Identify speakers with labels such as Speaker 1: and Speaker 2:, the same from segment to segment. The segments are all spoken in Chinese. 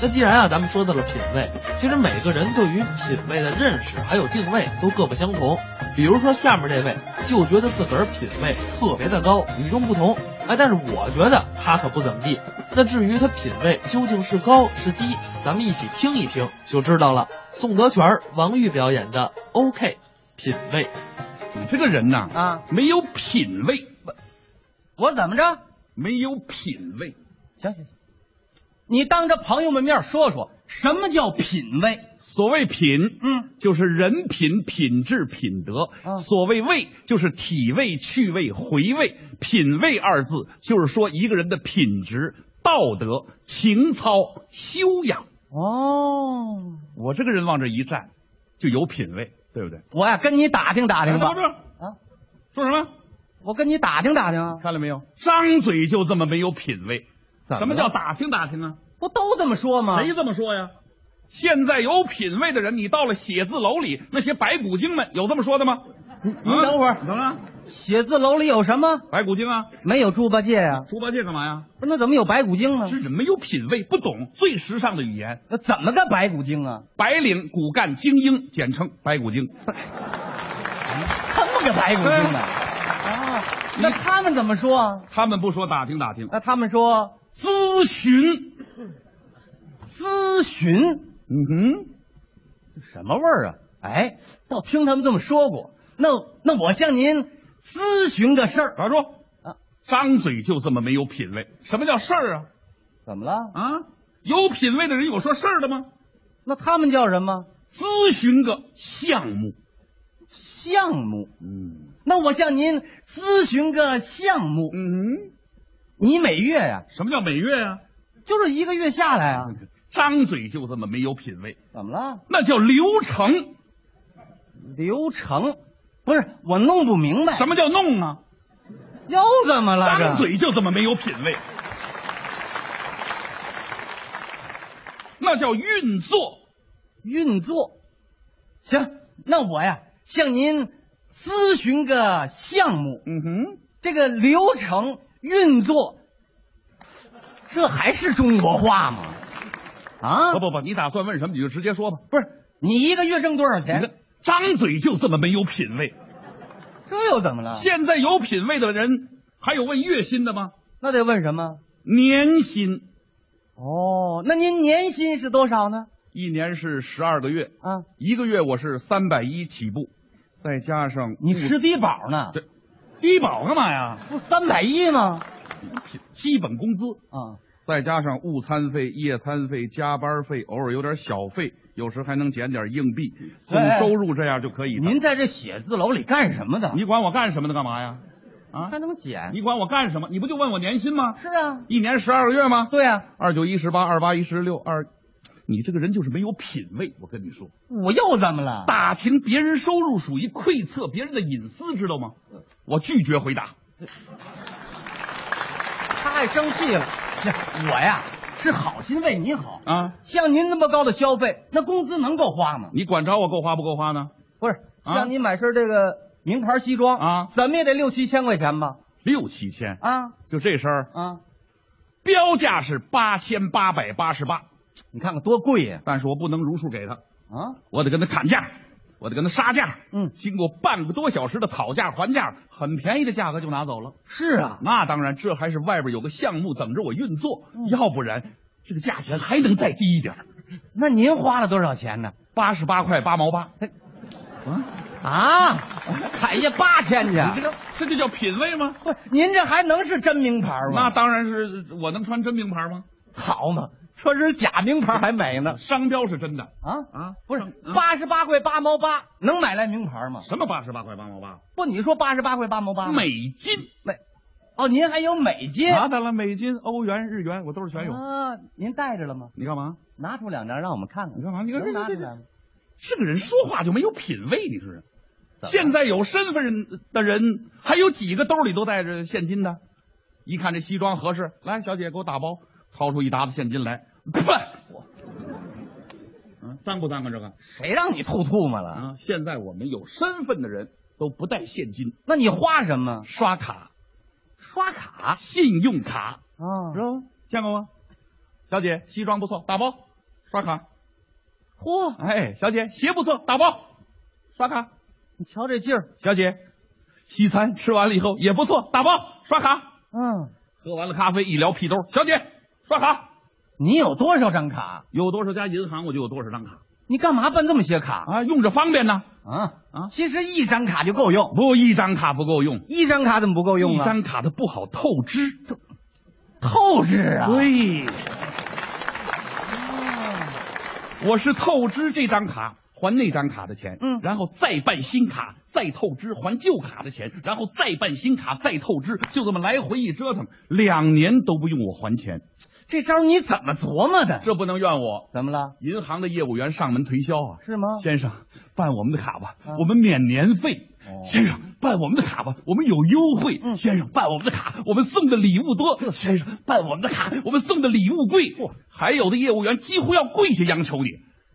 Speaker 1: 那既然啊，咱们说到了品味，其实每个人对于品味的认识还有定位都各不相同。比如说下面这位就觉得自个儿品味特别的高，与众不同。哎，但是我觉得他可不怎么地。那至于他品味究竟是高是低，咱们一起听一听就知道了。宋德全、王玉表演的《OK 品味》。
Speaker 2: 你这个人呐，
Speaker 3: 啊，
Speaker 2: 没有品味，
Speaker 3: 我怎么着？
Speaker 2: 没有品味。
Speaker 3: 行行行，你当着朋友们面说说什么叫品味？
Speaker 2: 所谓品，
Speaker 3: 嗯，
Speaker 2: 就是人品、品质、品德；
Speaker 3: 啊
Speaker 2: 所谓味，就是体味、趣味、回味。品味二字，就是说一个人的品质、道德、情操、修养。
Speaker 3: 哦，
Speaker 2: 我这个人往这一站，就有品味，对不对？
Speaker 3: 我呀跟你打听打听吧
Speaker 2: 不，是
Speaker 3: 啊，
Speaker 2: 说什么？
Speaker 3: 我跟你打听打听啊，
Speaker 2: 看了没有？张嘴就这么没有品味。
Speaker 3: 怎么了
Speaker 2: 什么叫打听打听啊？
Speaker 3: 不都这么说吗？
Speaker 2: 谁这么说呀？现在有品位的人，你到了写字楼里，那些白骨精们有这么说的吗？
Speaker 3: 您
Speaker 2: 啊
Speaker 3: 您等会
Speaker 2: 怎么
Speaker 3: 儿，
Speaker 2: 了？
Speaker 3: 写字楼里有什么？
Speaker 2: 白骨精啊，
Speaker 3: 没有猪八戒呀、
Speaker 2: 猪八戒干嘛呀？
Speaker 3: 不是那怎么有白骨精呢？
Speaker 2: 这人没有品位，不懂最时尚的语言，
Speaker 3: 那怎么个白骨精啊？
Speaker 2: 白领、骨干、精英，简称白骨精。
Speaker 3: 这么个白骨精呢？啊，那他们怎么说啊？
Speaker 2: 他们不说打听打听，
Speaker 3: 那他们说
Speaker 2: 咨询。
Speaker 3: 咨询。
Speaker 2: 嗯哼，
Speaker 3: 什么味儿啊？哎，倒听他们这么说过。那那我向您咨询个事儿。
Speaker 2: 打住！
Speaker 3: 啊
Speaker 2: 张嘴就这么没有品位，什么叫事儿啊？
Speaker 3: 怎么了？
Speaker 2: 啊，有品位的人有说事儿的吗？
Speaker 3: 那他们叫什么
Speaker 2: 咨询个项目。
Speaker 3: 项目？
Speaker 2: 嗯
Speaker 3: 那我向您咨询个项目。
Speaker 2: 嗯，
Speaker 3: 你每月呀、
Speaker 2: 什么叫每月啊？
Speaker 3: 就是一个月下来啊，
Speaker 2: 嗯张嘴就这么没有品位，
Speaker 3: 怎么了？
Speaker 2: 那叫流程。
Speaker 3: 流程不是我弄不明白，
Speaker 2: 什么叫弄啊？
Speaker 3: 又怎么了？
Speaker 2: 张
Speaker 3: 这
Speaker 2: 嘴就这么没有品位，那叫运作。
Speaker 3: 运作。行，那我呀向您咨询个项目。
Speaker 2: 嗯哼，
Speaker 3: 这个流程运作，这还是中国话吗？啊，
Speaker 2: 不不不，你打算问什么你就直接说吧。
Speaker 3: 不是，你一个月挣多少
Speaker 2: 你看
Speaker 3: 钱？
Speaker 2: 张嘴就这么没有品位，
Speaker 3: 这又怎么了？
Speaker 2: 现在有品位的人还有问月薪的吗？
Speaker 3: 那得问什么？
Speaker 2: 年薪
Speaker 3: 哦，那您年薪是多少呢？
Speaker 2: 一年是十二个月，
Speaker 3: 啊，
Speaker 2: 一个月我是三百一起步，再加上
Speaker 3: 你吃低保呢？
Speaker 2: 对低保干嘛呀？
Speaker 3: 不三百一吗？
Speaker 2: 基本工资，
Speaker 3: 啊，
Speaker 2: 再加上午餐费、夜餐费、加班费，偶尔有点小费，有时还能捡点硬币，总
Speaker 3: 哎
Speaker 2: 收入这样就可以的。
Speaker 3: 您在这写字楼里干什么的？
Speaker 2: 你管我干什么的干嘛呀？啊
Speaker 3: 还，能减？
Speaker 2: 你管我干什么？你不就问我年薪吗？
Speaker 3: 是啊，
Speaker 2: 一年十二个月吗？
Speaker 3: 对啊，
Speaker 2: 二九一十八，二八一十六，二，你这个人就是没有品位。我跟你说，
Speaker 3: 我又怎么了？
Speaker 2: 打听别人收入属于窥测别人的隐私，知道吗？我拒绝回答。
Speaker 3: 他还生气了。是我呀，是好心为你好。
Speaker 2: 啊，
Speaker 3: 像您那么高的消费，那工资能够花吗？
Speaker 2: 你管着我够花不够花呢？
Speaker 3: 不是，
Speaker 2: 啊
Speaker 3: 像你买身这个名牌西装
Speaker 2: 啊
Speaker 3: 怎么也得六七千块钱吧？
Speaker 2: 六七千，
Speaker 3: 啊
Speaker 2: 就这身儿，
Speaker 3: 啊，
Speaker 2: 标价是八千八百八十八，
Speaker 3: 你看看多贵呀！
Speaker 2: 但是我不能如数给他，
Speaker 3: 啊，
Speaker 2: 我得跟他砍价，我得跟他杀价。
Speaker 3: 嗯
Speaker 2: 经过半个多小时的讨价还价，很便宜的价格就拿走了。
Speaker 3: 是啊，
Speaker 2: 那当然，这还是外边有个项目等着我运作，
Speaker 3: 嗯
Speaker 2: 要不然这个价钱还能再低一点儿，
Speaker 3: 那您花了多少钱呢？
Speaker 2: 八十八块八毛八。
Speaker 3: 哎
Speaker 2: 啊，
Speaker 3: 啊，砍下八千去啊
Speaker 2: 你这！个这就叫品味吗？
Speaker 3: 不是，您这还能是真名牌吗？
Speaker 2: 那当然是我能穿真名牌吗？
Speaker 3: 好嘛，说是假名牌还美呢
Speaker 2: 商标是真的
Speaker 3: 啊！
Speaker 2: 啊，
Speaker 3: 不是
Speaker 2: 嗯
Speaker 3: 八十八块八毛八，能买来名牌吗？
Speaker 2: 什么八十八块八毛八？
Speaker 3: 不，你说八十八块八毛八吗
Speaker 2: 美金
Speaker 3: 啊美哦，您还有美金
Speaker 2: 啊，当然美金、欧元、日元我都是全有。
Speaker 3: 啊？您带着了吗？
Speaker 2: 你干嘛？
Speaker 3: 拿出两张让我们看看。
Speaker 2: 你干嘛你看
Speaker 3: 能拿出
Speaker 2: 这这
Speaker 3: 来吗？
Speaker 2: 这个人说话就没有品位，你说人。
Speaker 3: 怎么
Speaker 2: 现在有身份的人，还有几个兜里都带着现金的？一看这西装合适， 来，小姐给我打包，掏出一沓子现金来，啪，我，嗯，脏不脏啊？这个
Speaker 3: 谁让你吐吐沫了？
Speaker 2: 啊，现在我们有身份的人都不带现金，
Speaker 3: 那你花什么？
Speaker 2: 刷卡、
Speaker 3: 刷卡
Speaker 2: 信用卡，
Speaker 3: 啊？
Speaker 2: 知道吗？见过吗？小姐，西装不错，打包，刷卡。
Speaker 3: 嚯，
Speaker 2: 哎，小姐，鞋不错，打包，刷卡。
Speaker 3: 你瞧这劲儿，
Speaker 2: 小姐，西餐吃完了以后也不错，打包，刷卡。
Speaker 3: 嗯，
Speaker 2: 喝完了咖啡一撩屁兜，小姐，刷卡。
Speaker 3: 你有多少张卡？
Speaker 2: 有多少家银行，我就有多少张卡
Speaker 3: 你干嘛办这么些卡
Speaker 2: 啊，用着方便呢。
Speaker 3: 啊？
Speaker 2: 啊
Speaker 3: 其实一张卡就够用，
Speaker 2: 不，一张卡不够用，
Speaker 3: 一张卡怎么不够用
Speaker 2: 一
Speaker 3: 啊？
Speaker 2: 张卡它不好透支。
Speaker 3: 透支啊？
Speaker 2: 对，我是透支这张卡还那张卡的钱，
Speaker 3: 嗯
Speaker 2: 然后再办新卡，再透支还旧卡的钱，然后再办新卡，再透支，就这么来回一折腾，两年都不用我还钱，
Speaker 3: 这招你怎么琢磨的？
Speaker 2: 这不能怨我。
Speaker 3: 怎么了？
Speaker 2: 银行的业务员上门推销啊，
Speaker 3: 是吗？
Speaker 2: 先生办我们的卡吧，
Speaker 3: 啊
Speaker 2: 我们免年费。
Speaker 3: 哦
Speaker 2: 先生办我们的卡吧，我们有优惠。
Speaker 3: 嗯
Speaker 2: 先生办我们的卡，我们送的礼物多。先生办我们的卡，我们送的礼物贵。还有的业务员几乎要跪下央求你。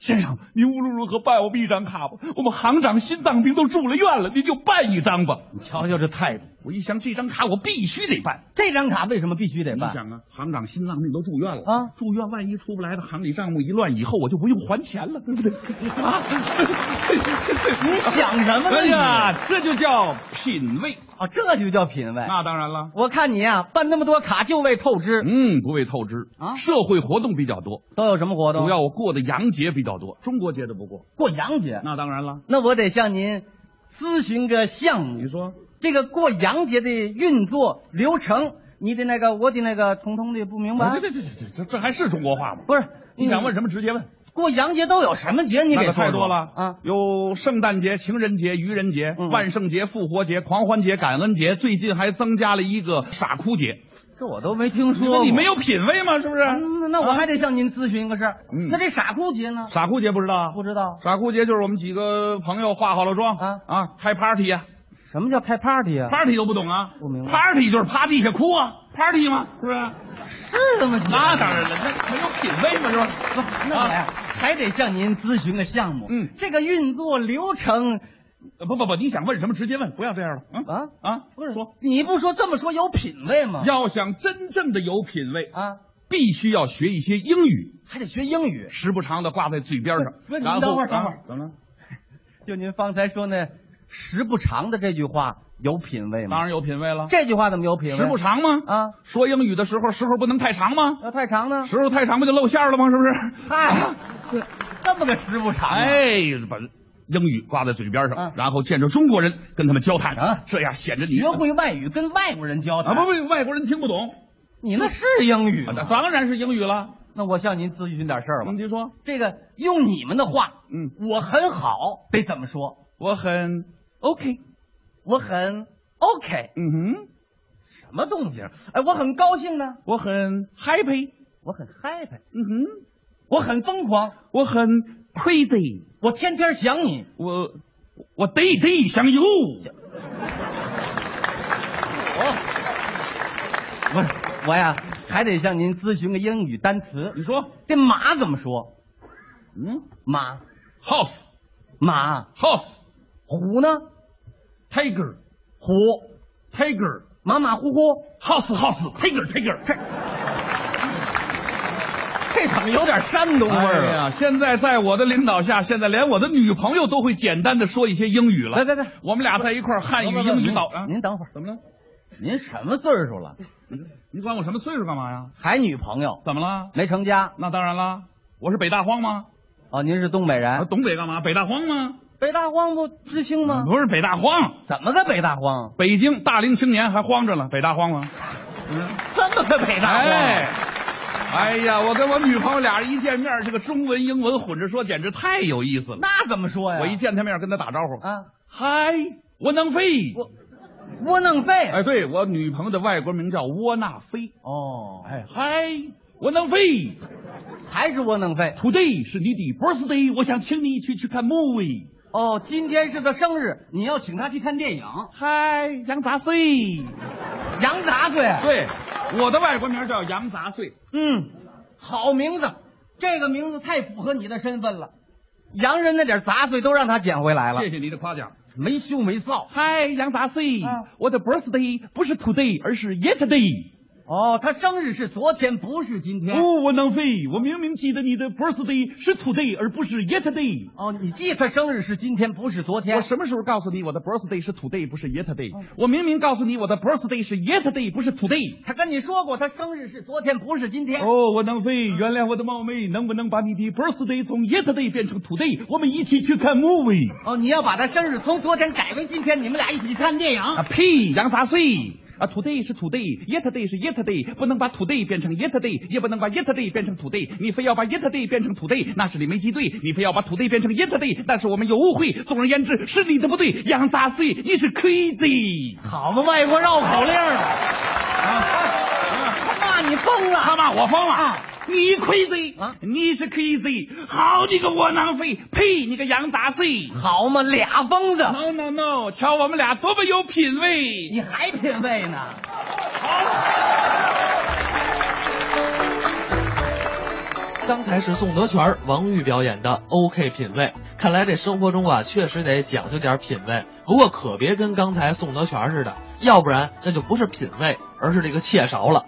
Speaker 2: 先生，您无论如何办我们一张卡吧，我们行长心脏病都住了院了，您就办一张吧。
Speaker 3: 你瞧瞧这态度，
Speaker 2: 我一想，这张卡我必须得办。
Speaker 3: 这张卡为什么必须得
Speaker 2: 你
Speaker 3: 办？
Speaker 2: 想啊，行长心脏病都住院了
Speaker 3: 啊
Speaker 2: 住院万一出不来了，行里账目一乱，以后我就不用还钱了，对不对？ 啊，
Speaker 3: 你想什么 呢
Speaker 2: 哎
Speaker 3: 你
Speaker 2: 呀，这就叫品味。
Speaker 3: 哦，这就叫品味。
Speaker 2: 那当然了，
Speaker 3: 我看你啊，办那么多卡就为透支，
Speaker 2: 啊嗯，不为透支
Speaker 3: 啊
Speaker 2: 社会活动比较多，
Speaker 3: 都有什么活动？
Speaker 2: 主要我过的洋节比较多，中国节的不过。
Speaker 3: 过洋节。
Speaker 2: 那当然了，
Speaker 3: 那我得向您咨询个项
Speaker 2: 你
Speaker 3: 目，
Speaker 2: 说
Speaker 3: 这个过洋节的运作流程，你得那个，我得那个，统统的不明白
Speaker 2: 啊
Speaker 3: 嗯
Speaker 2: 这。这这这这这还是中国话吗？
Speaker 3: 不是，
Speaker 2: 你想问什
Speaker 3: 什
Speaker 2: 么直接问，
Speaker 3: 么？过洋节都有什么节？你
Speaker 2: 那
Speaker 3: 给
Speaker 2: 个
Speaker 3: 说
Speaker 2: 太
Speaker 3: 说
Speaker 2: 多了
Speaker 3: 啊！！
Speaker 2: 有圣诞节、情人节、愚人节、
Speaker 3: 嗯
Speaker 2: 万圣节、复活节、狂欢节、感恩节，最近还增加了一个傻哭节。
Speaker 3: 这我都没听
Speaker 2: 你
Speaker 3: 说
Speaker 2: 说
Speaker 3: 过。
Speaker 2: 你没有品位吗？是不是？
Speaker 3: 嗯？那那我还得向您咨询个事儿。
Speaker 2: 嗯
Speaker 3: 那这傻哭节呢？
Speaker 2: 傻哭节不知道啊？
Speaker 3: 不知道
Speaker 2: 傻哭节就是我们几个朋友化好了妆
Speaker 3: 啊
Speaker 2: 啊，开 party 啊
Speaker 3: 什么叫开 party 啊？
Speaker 2: ，party 都不懂啊？
Speaker 3: 不明白啊
Speaker 2: party 就是趴地下哭啊，party 嘛，是不是？
Speaker 3: 是这么
Speaker 2: 那
Speaker 3: 当
Speaker 2: 当然了，那没有品位嘛，是吧？
Speaker 3: 不，那我呀、还得向您咨询个项目。
Speaker 2: 啊嗯
Speaker 3: 这个运作流程
Speaker 2: 呃不不不，你想问什么直接问，不要这样了。嗯
Speaker 3: 啊，
Speaker 2: 啊，
Speaker 3: 不是
Speaker 2: 说，
Speaker 3: 你不说这么说有品位吗？
Speaker 2: 要想真正的有品位，
Speaker 3: 啊，
Speaker 2: 必须要学一些英语。
Speaker 3: 还得学英语。
Speaker 2: 时不常的挂在嘴边上。
Speaker 3: 问
Speaker 2: 然
Speaker 3: 您等会儿
Speaker 2: 后啊
Speaker 3: 等会儿
Speaker 2: 怎么了？
Speaker 3: 就您方才说那“时不常”的这句话有品位
Speaker 2: 当
Speaker 3: 吗？
Speaker 2: 然有品位了。
Speaker 3: 这句话怎么有品位？
Speaker 2: 啊时不常吗？
Speaker 3: 啊，
Speaker 2: 说英语的时候，时候不能太长吗？
Speaker 3: 要太长呢？
Speaker 2: 时候太长不就露馅儿了吗？是不是？
Speaker 3: 嗨，这这么个时不常、啊。，
Speaker 2: 啊哎，把英语挂在嘴边上
Speaker 3: 啊，
Speaker 2: 然后见着中国人跟他们交谈
Speaker 3: 啊
Speaker 2: 这样显得你
Speaker 3: 学会外语跟外国人交
Speaker 2: 啊
Speaker 3: 谈
Speaker 2: 不不，外国人听不懂，
Speaker 3: 你那是英语
Speaker 2: 啊
Speaker 3: 吗？
Speaker 2: 当然是英语了。
Speaker 3: 那我向您咨询点事儿吧。
Speaker 2: 您说，
Speaker 3: 这个用你们的话，
Speaker 2: 嗯，
Speaker 3: 我很好，得怎么说？
Speaker 2: 我很 OK，
Speaker 3: 我很 OK，
Speaker 2: 嗯哼，
Speaker 3: 什么动静？哎，我很高兴呢，
Speaker 2: 我很 happy，
Speaker 3: 我很 happy，
Speaker 2: 嗯哼，
Speaker 3: 我很疯狂，
Speaker 2: 我很 crazy，
Speaker 3: 我天天想你。
Speaker 2: 我我 day day 想 you。
Speaker 3: 哦不是我呀，还得向您咨询个英语单词。
Speaker 2: 你说，
Speaker 3: 这马怎么说？
Speaker 2: 嗯
Speaker 3: 马
Speaker 2: ，house
Speaker 3: 马
Speaker 2: house
Speaker 3: 虎呢？
Speaker 2: tiger
Speaker 3: 虎
Speaker 2: tiger
Speaker 3: 马马虎虎，
Speaker 2: house house tiger tiger。
Speaker 3: 这怎么有点山东味
Speaker 2: 哎
Speaker 3: 儿啊？
Speaker 2: 呀，现在在我的领导下，现在连我的女朋友都会简单的说一些英语了。
Speaker 3: 来来来，
Speaker 2: 我们俩在一块儿，汉语、
Speaker 3: 不不不
Speaker 2: 英语
Speaker 3: 您
Speaker 2: 导啊。
Speaker 3: 您等会儿，
Speaker 2: 怎么了？
Speaker 3: 您什么岁数了？
Speaker 2: 你管我什么岁数干嘛呀？
Speaker 3: 还女朋友？
Speaker 2: 怎么了？
Speaker 3: 没成家？
Speaker 2: 那当然啦，我是北大荒吗？
Speaker 3: 哦，您是东北
Speaker 2: 啊，
Speaker 3: 人？
Speaker 2: 东北干嘛？北大荒吗？
Speaker 3: 北大荒不知青吗？
Speaker 2: 不是北大荒，
Speaker 3: 怎么个北大荒？
Speaker 2: 北京大龄青年还荒着了，北大荒吗？
Speaker 3: 这么个北大荒？
Speaker 2: 哎，哎呀，我跟我女朋友俩人一见面，这个中文英文混着说，简直太有意思了。
Speaker 3: 那怎么说呀？
Speaker 2: 我一见他面跟他打招呼，
Speaker 3: 啊，
Speaker 2: 嗨，窝囊废。
Speaker 3: 我窝囊废。
Speaker 2: 哎，对我女朋友的外国名叫窝纳菲。
Speaker 3: 哦，
Speaker 2: 哎，嗨，窝囊废
Speaker 3: 还是窝囊废。
Speaker 2: ，Today 是你的 birthday，我想请你去去看 movie。
Speaker 3: 哦，今天是他生日，你要请他去看电影，
Speaker 2: 嗨，羊杂碎。
Speaker 3: 羊杂碎。
Speaker 2: 对，我的外国名叫羊杂碎。
Speaker 3: 嗯，好名字，这个名字太符合你的身份了。洋人那点杂碎都让他捡回来了，
Speaker 2: 谢谢你的夸奖。
Speaker 3: 没羞没臊。
Speaker 2: 嗨，杨杂碎，
Speaker 3: 啊
Speaker 2: 我的 birthday 不是 today，而是 yesterday。
Speaker 3: 哦，他生日是昨天，不是今天。
Speaker 2: 哦，窝囊废！我明明记得你的 birthday 是 today 而不是 yesterday。
Speaker 3: 哦，你记他生日是今天，不是昨天
Speaker 2: 我。什么时候告诉你我的 birthday 是 today 不是 yesterday？、我明明告诉你我的 birthday 是 yesterday 不是 today。
Speaker 3: 他跟你说过，他生日是昨天，不是今天。
Speaker 2: 哦，窝囊废，原谅我的冒昧，能不能把你的 birthday 从 yesterday 变成 today？我们一起去看 movie。
Speaker 3: 哦，你要把他生日从昨天改为今天，你们俩一起看电影。
Speaker 2: 啊屁，羊杂碎！啊，today 是 today，yesterday 是 yesterday，不能把 today 变成 yesterday，也不能把 yesterday 变成 today。你非要把 yesterday 变成 today，那是你没记对；你非要把 today 变成 yesterday，那是我们有误会。总而言之，是你的不对，羊杂碎，你是 crazy。
Speaker 3: 好嘛，外国绕口令儿啊！他骂你疯了，
Speaker 2: 他骂我疯了！你 crazy
Speaker 3: 啊
Speaker 2: 你是 crazy，好你个窝囊废，呸，你个羊杂碎
Speaker 3: 好嘛，俩疯子，
Speaker 2: ！No no no，瞧我们俩多么有品位！
Speaker 3: 你还品味呢？
Speaker 1: 刚才是宋德全、王玉表演的 OK 品味，看来这生活中啊，确实得讲究点品味。不过可别跟刚才宋德全似的，要不然那就不是品味，而是这个窃勺了。